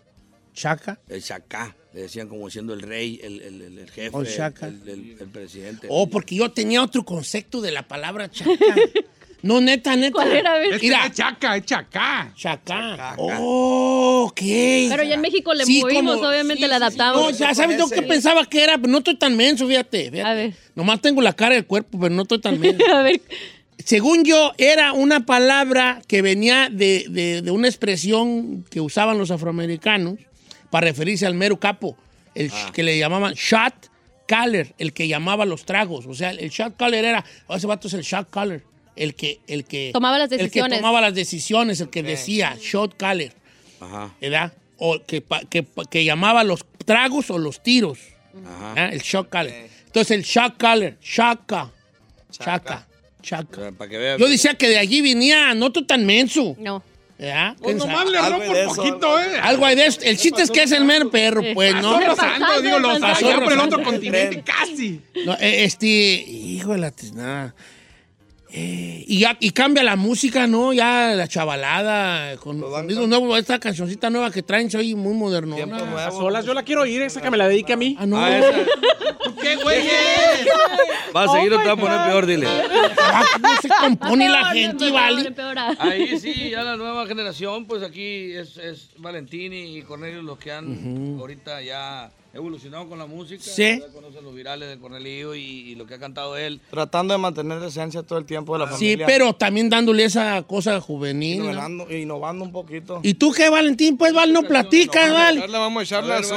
Chaca. El chacá, le decían como siendo el rey, el, el- el- el jefe, O el chaca. el, el- el presidente. Oh, porque yo tenía otro concepto de la palabra chaca. No, neta, neta. ¿Cuál era? A ver. Mira. Es que no es chaca, es chacá. Chacá. Oh, ok. Pero ya en México le Sí, movimos, como- obviamente la adaptamos. No, ya sabes, yo que pensaba que era, pero no estoy tan menso, fíjate, fíjate. A ver. Nomás tengo la cara y el cuerpo, pero no estoy <laughs> tan menso. Según yo, era una palabra que venía de, de- de una expresión que usaban los afroamericanos para referirse al mero capo, el sh- que le llamaban shot caller, el que llamaba los tragos. O sea, el shot caller era, "Oh, ese vato es el shot caller, el que, el que... Tomaba las El que decisiones. tomaba las decisiones, el que decía shot caller. Ajá. ¿verdad? O que, pa- que, pa- que llamaba los tragos o los tiros. ¿verdad? El shock collar. Entonces el shock collar, chaca, chaca, chaca. Para que vean. Yo decía que de allí venía, no tú tan menso. No. ¿verdad? Pues ¿Quién nomás sabe? le erró Algo por de eso, poquito, algo. ¿eh? Algo hay de esto. El chiste es que es el mero perro, Sí. pues, ¿no? Pasó rozando, digo, lo- Pasó allá por el otro rozando. continente, casi. este, hijo de la tiznada. Eh, y, ya- y cambia la música, ¿no? Ya la chavalada, con sonido nuevo, esta cancioncita nueva que traen, soy muy moderno. Ah, A solas, yo la quiero oír, esa que me la dedique a Ah, mí. no. ¿Qué, güey? Va a seguir, lo te va a poner peor, dile. ¿Cómo Ah, pues, se Ah, compone la gente, vale? Ahí sí, ya la nueva generación, pues aquí es, es Valentini y Cornelio los que han Ujú. ahorita ya evolucionado con la música. Sí. Ya conocen los virales de Cornelio y, y lo que ha cantado él. Tratando de mantener la esencia todo el tiempo de la Sí, familia. pero también dándole esa cosa juvenil. ¿no? Innovando, innovando un poquito. ¿Y tú qué, Valentín? Pues, Val, no platicas, Val. Ahora vamos a echar las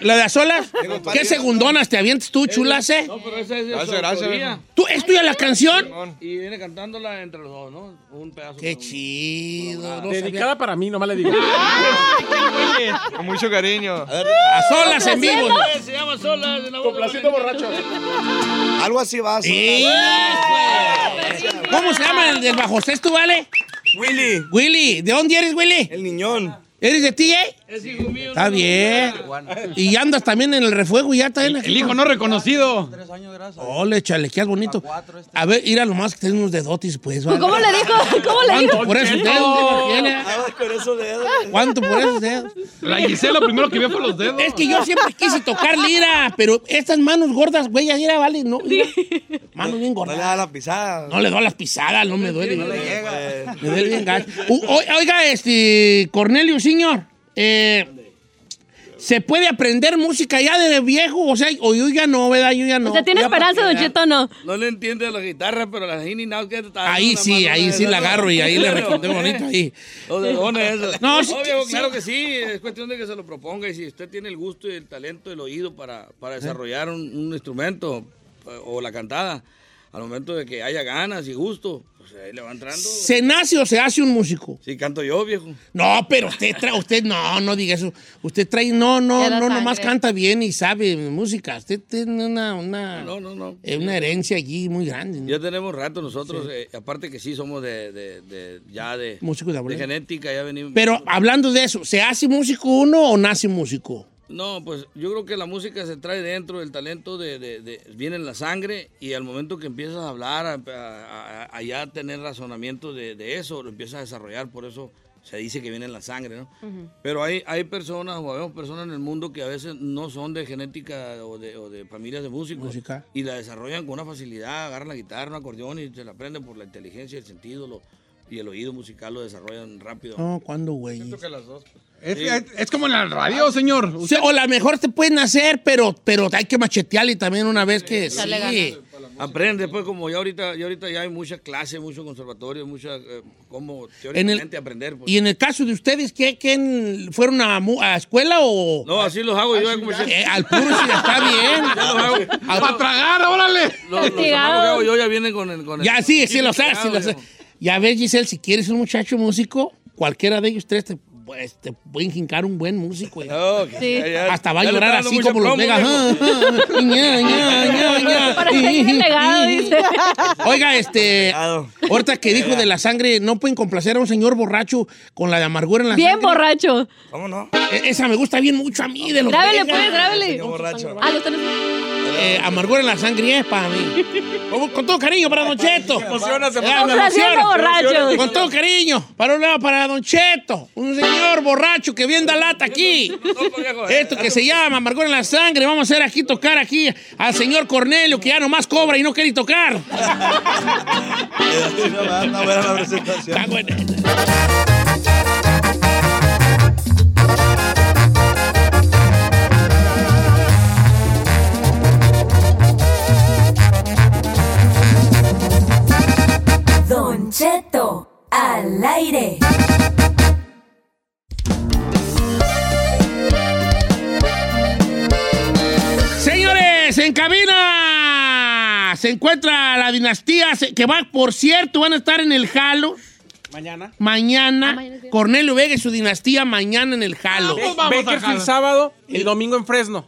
¿La de a solas? ¿Qué segundonas te avientas tú, chulas, eh? No, pero esa es de su Gracias, gracias, autoría. viejo. ¿Tú es tuya la canción? Y viene cantándola entre los dos, ¿no? Un pedazo. Qué chido. no Dedicada para mí, nomás le digo. Ah, Con mucho cariño. A solas en vivo. Se llama Solas. de la voz de Complaciendo Valentini. Algo así va. Sí, güey. ¿Cómo se llama el del bajo sexto, vale? Willy. Willy, ¿de dónde eres, Willy? El niñón. ¿Eres de ti, eh? Es hijo mío. Está bien. Y andas también en el refuego y ya está El hijo no reconocido. Ole, chalequeas bonito. A ver, ir a lo más que tenemos unos dedotis, pues. vale. ¿Cómo le dijo? ¿Cómo le dijo? ¿Cuánto por esos dedos? Imagina. Ah, con eso de ¿Cuánto por esos dedos? La Gisela lo primero que vio fue los dedos. Es que yo siempre quise tocar lira, pero estas manos gordas, güey, ya lira, vale, no. mira. Manos bien gordas. No le da las pisadas. No le doy las pisadas, no me duele. llega. Me duele bien gacho. U- o- Oiga, este, Cornelio, señor. eh, ¿Se puede aprender música ya de viejo? O sea, o yo ya no, ¿verdad? Yo ya no. ¿Usted tiene Ya esperanza, para don que- Cheto, o no? No le entiende a la guitarra, pero la Gini Now que está. Ahí una sí, mano ahí de- sí la agarro y ahí le recorté bonito ahí. O de dona esa. No, sí, Obvio, sí. claro que sí, es cuestión de que se lo proponga y si usted tiene el gusto y el talento, el oído para, para desarrollar un, un instrumento eh, o la cantada, al momento de que haya ganas y gusto, pues ahí le va entrando. ¿Se nace o se hace un músico? Sí, canto yo, viejo. No, pero usted trae, usted no, no diga eso. Usted trae, no, no, Era no, nomás sangre. canta bien y sabe música. Usted tiene una, una, No, no, no. eh, una herencia allí muy grande. ¿no? Ya tenemos rato nosotros, Sí. eh, aparte que sí somos de, de- de- ya de, Músicos de abuelo. genética, ya venimos. Pero hablando de eso, ¿se hace músico uno o nace músico? No, pues yo creo que la música se trae dentro, el talento de, de- de- viene en la sangre y al momento que empiezas a hablar, a, a- a- a ya tener razonamiento de, de eso, lo empiezas a desarrollar, por eso se dice que viene en la sangre, ¿no? Pero hay, hay personas, o habemos personas en el mundo que a veces no son de genética o de, o de familias de músicos Música. y la desarrollan con una facilidad, agarran la guitarra, un acordeón y se la aprenden por la inteligencia, el sentido lo- y el oído musical lo desarrollan rápido. No, ¿cuándo, güey? que las dos. Es, Sí. es- es como en la radio, señor. Sí, o la mejor te pueden hacer, pero, pero hay que machetearle también una vez que pues, sí. Aprende, pues, como ya ahorita, ya ahorita ya hay muchas clases, muchos conservatorios, muchas, eh, como En teóricamente el- aprender. pues. Y en el caso de ustedes, ¿qué, quién fueron a, mu- a escuela o...? No, así <laughs> los hago yo. Como Eh, al puro sí, está bien. <laughs> Ya los hago. ¡Para tragar, órale! Los, los chamacos que hago yo ya vienen con el... Con el- Ya, sí, sí, lo sabes. Castigado, Sí, lo sabes. Ya ves, Giselle, si quieres un muchacho músico, cualquiera de ellos tres te, pues, te pueden jincar un buen músico. güey. Sí. ya, ya. Hasta va a Ya le llorar está dando así mucho como los promo, Vegas. viejo. Ah, ah, ña, ña, ña, ña. <laughs> Para que tenga el legado, <laughs> dice. Oiga, este. Ahorita que dijo de la sangre, no pueden complacer a un señor borracho con la de amargura en la Bien sangre. E, borracho. ¿Cómo <laughs> no? Esa me gusta bien mucho a mí de los Grábele, Vegas. pues, grábele. Ah, lo tenés. Eh, amargura en la sangre es para <laughs> mí. Con, con todo cariño para Don Cheto. emociona, se Eh, emociona. me Complaciendo emociona. borrachos. Con todo cariño. Para un lado, para Don Cheto. Un señor borracho que viene da lata aquí. Esto que se llama amargura en la sangre. Vamos a hacer aquí tocar aquí al señor Cornelio que ya nomás cobra y no quiere tocar. Está buena la presentación. Está buena. Don Cheto, al aire. Señores, en cabina se encuentra la dinastía se- que va, por cierto, van a estar en el Jalo. Mañana. Mañana, Cornelio Vega y su dinastía mañana en el Jalo. pues Bakersfield sábado y domingo en Fresno.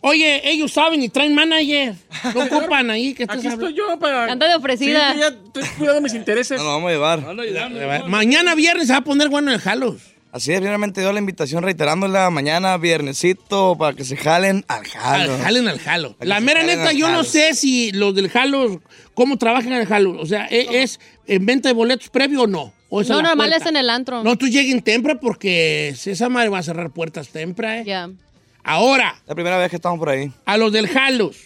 Oye, ellos saben y traen manager. No ocupan ahí que estás Aquí estoy hablando. yo para... Ando de ofrecida. Sí, yo ya estoy cuidando mis intereses. Nos vamos a llevar. Mañana viernes se va a poner bueno el jalos. Así es, primeramente dio la invitación reiterándola mañana, viernesito, para que se jalen al jalo. Al jalen al jalo. Para que La se mera Ah, jalen neta, al yo no jalo. sé si los del Jalo, cómo trabajan en el Jalo. O sea, ¿e- ¿es en venta de boletos previo o no? ¿O es a No, la normal puerta? es en el antro. No, tú lleguen temprano porque esa madre va a cerrar puertas temprano, ¿eh? <laughs> Ya. Ahora, La primera vez que estamos por ahí. a los del Jalos,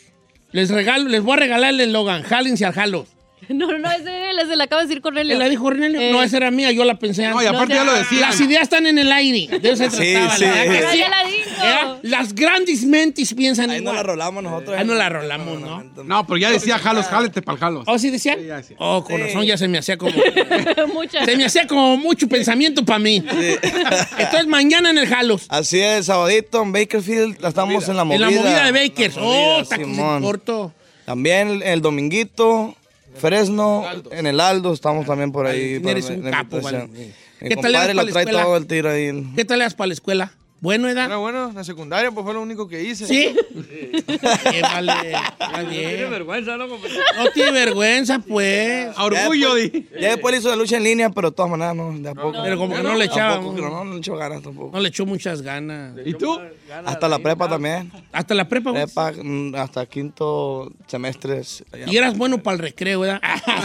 les regalo, les voy a regalar el eslogan, jálense al Jalos. No, no, no, es de él, es de la acaba de decir Cornelio. ¿Él la dijo Cornelio? Eh. No, esa era mía, yo la pensé antes. y aparte ya lo decía. decían. Las ideas están en el aire. De eso se Sí, trataba, sí. la verdad que Pero sí. ya la dijo. ¿Verdad? Las grandes mentes piensan Ahí no igual. la rolamos nosotros. Ahí no la rolamos, ¿no? No, pero ya decía jalos, jálete para jalos. ¿Oh, sí decían? Oh, con razón ya se me hacía como... <laughs> Muchas. se me hacía como mucho pensamiento para mí. Entonces mañana en el Jalos. Así es, sabadito en Bakerfield, la estamos en la En movida. la movida de Bakers. La movida, oh, tacos Simón. en corto. También el, el dominguito, Fresno, en el Aldo, estamos también por ahí. Valentín, para- eres un en la capo, invitación. Valentín. Mi ¿Qué tal le vas compadre para lo la trae escuela? todo el tiro ahí. ¿Qué tal le das para la escuela? ¿Bueno, edad? Era bueno, la secundaria, pues fue lo único que hice. ¿Sí? Eh, vale, está Tiene bien. vergüenza, ¿no? compadre? No tiene vergüenza, pues. Orgullo, Ya después le hizo la lucha en línea, pero de todas maneras no, de a poco. Pero como que no le echaba, Tampoco, ¿no? pero no, no le echó ganas tampoco. No le echó muchas ganas. ¿Y tú? Hasta la prepa también. Hasta la prepa, güey. Prepa, mm, hasta quinto semestre. sí, allá. Y eras bueno para el recreo, ¿verdad?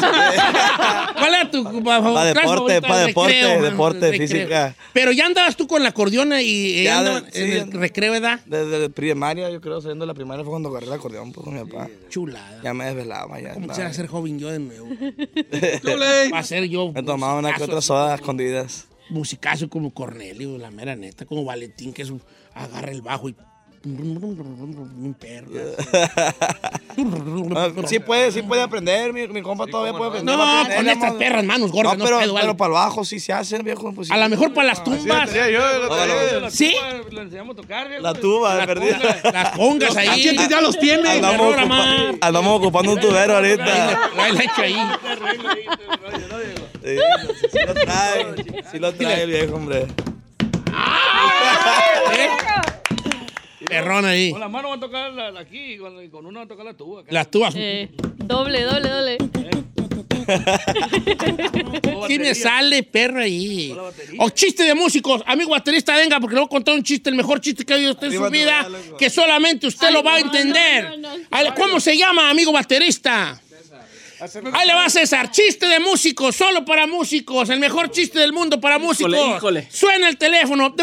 <laughs> ¿Cuál era tu pa- Ah. Pa' clase deporte, favorita? pa' El deporte, recreo, mano, deporte, el recreo. física. Pero ya andabas tú con la acordeona y eh, Ya andaban de- en sí, el recreo, ¿verdad? Desde primaria, yo creo, saliendo de la primaria fue cuando agarré el acordeón pues, con mi papá. Chulada. Ya me desvelaba, ya. Como andaba. <laughs> quisiera ser joven yo de nuevo. Me Va a ser yo. tomaba una que otra soda a escondidas. musicazo como Cornelio, la mera neta, como Valentín, que es un- agarra el bajo y. Un perro. <laughs> Ah, Sí puede, sí puede aprender, mi, mi compa todavía puede aprender. No, va a aprender, con estas vamos. perras manos gordas, no pero, pedo, vale. pero para el bajo sí se hacen, viejo. pues, sí. A lo mejor para Ah, las tumbas. decía yo, el otro día. Sí. Le enseñamos a tocar, viejo. La tuba, de perdida. Las congas ahí. cachetes ya los tiene. Andamos <laughs> Andamos, ocupando. ocupa- andamos ocupando un tubero ahorita. La hecho ahí. Sí, sí lo trae, sí lo trae el viejo, hombre. ¿Eh? Perrón ahí. Con las manos van a tocar la- la aquí y con, y con una van a tocar la tuba. acá. Las tubas. Eh, Doble, doble, doble. ¿Qué me sale, perro ahí? O chiste de músicos. Amigo baterista, venga, porque le voy a contar un chiste, el mejor chiste que ha habido usted en su vida, que solamente usted lo va a entender. Ay, ¿Cómo se llama, amigo baterista? Ahí le va César, chiste de músicos, solo para músicos, el mejor chiste del mundo para músicos. híjole. Suena el teléfono,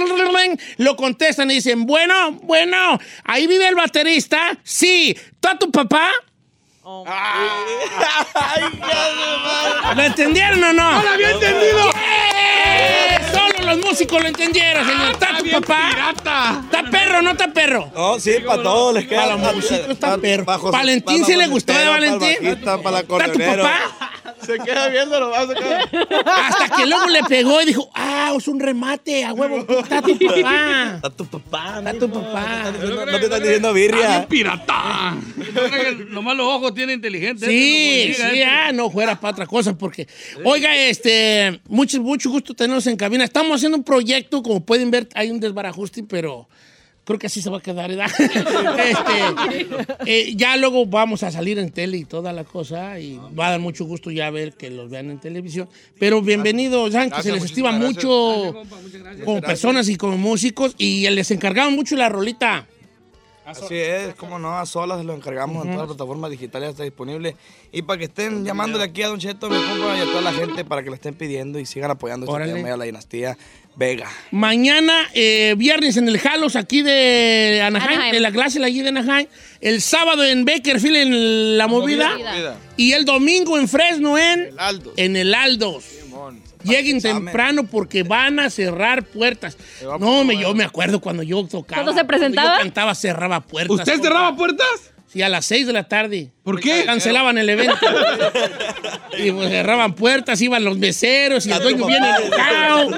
lo contestan y dicen, bueno, bueno, ahí vive el baterista, sí, ¿está tu papá? <laughs> ¿Lo entendieron o no? ¡No lo había entendido! ¡Eh! Solo los músicos lo entendieron, señor. ¿Está tu papá? ¿Está perro o no está perro? No, sí, para todos les queda. Para los músicos está perro. ¿Valentín sí si le gustó de Valentín? Para ¿Está tu papá? Se queda viéndolo, va a sacar. Hasta que luego le pegó y dijo, ah, es un remate, a <laughs> huevo, está tu papá. Está tu papá. Está tu papá. No te están diciendo birria. pirata. Yo creo que Nomás los ojos tienen inteligente. Sí, este, no como sí, llega, ah, no fuera para otra cosa, porque. Oiga, este, mucho, mucho gusto tenerlos en cabina. Estamos haciendo un proyecto, como pueden ver, hay un desbarajuste, pero creo que así se va a quedar, <laughs> ¿verdad? Este, eh, ya luego vamos a salir en tele y toda la cosa, y va a dar mucho gusto ya ver que los vean en televisión. Pero bienvenidos, saben que se Gracias, les estima muchísimas mucho como personas y como músicos, y les encargaban mucho la rolita. Así es, como no, a solas lo encargamos en todas las plataformas digitales, está disponible. Y para que estén llamándole aquí a Don Cheto, mi compa, y a toda la gente, para que lo estén pidiendo y sigan apoyando este Órale. tema y a la dinastía Vega. Mañana, eh, viernes en el Halos aquí de Anaheim, Anaheim. en la clase allí de Anaheim. El sábado en Bakerfield en La Movida. Movida. Y el domingo en Fresno en el Aldos. En el Aldos. Lleguen temprano porque van a cerrar puertas. No, me, yo me acuerdo cuando yo tocaba. ¿Cuándo se presentaba? cuando Yo cantaba, cerraba puertas. ¿Usted cerraba puertas? Sí, a las 6 de la tarde. ¿Por qué? Cancelaban el evento. y pues, cerraban puertas, iban los meseros y el dueño bien enojado.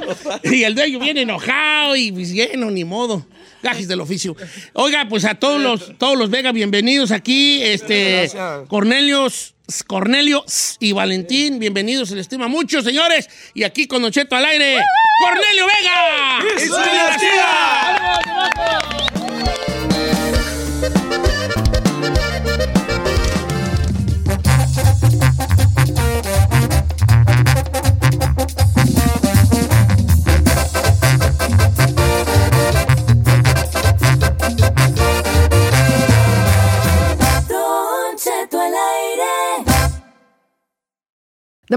Y el dueño bien enojado y pues, lleno, ni modo. Gajes del oficio. Oiga, pues a todos los, todos los Vega, bienvenidos aquí. Este, Gracias. Cornelios, Cornelio y Valentín, bienvenidos, se les estima mucho, señores. Y aquí con Don Cheto al aire, Cornelio Vega. ¡Y su dinastía! Don Cheto al aire. The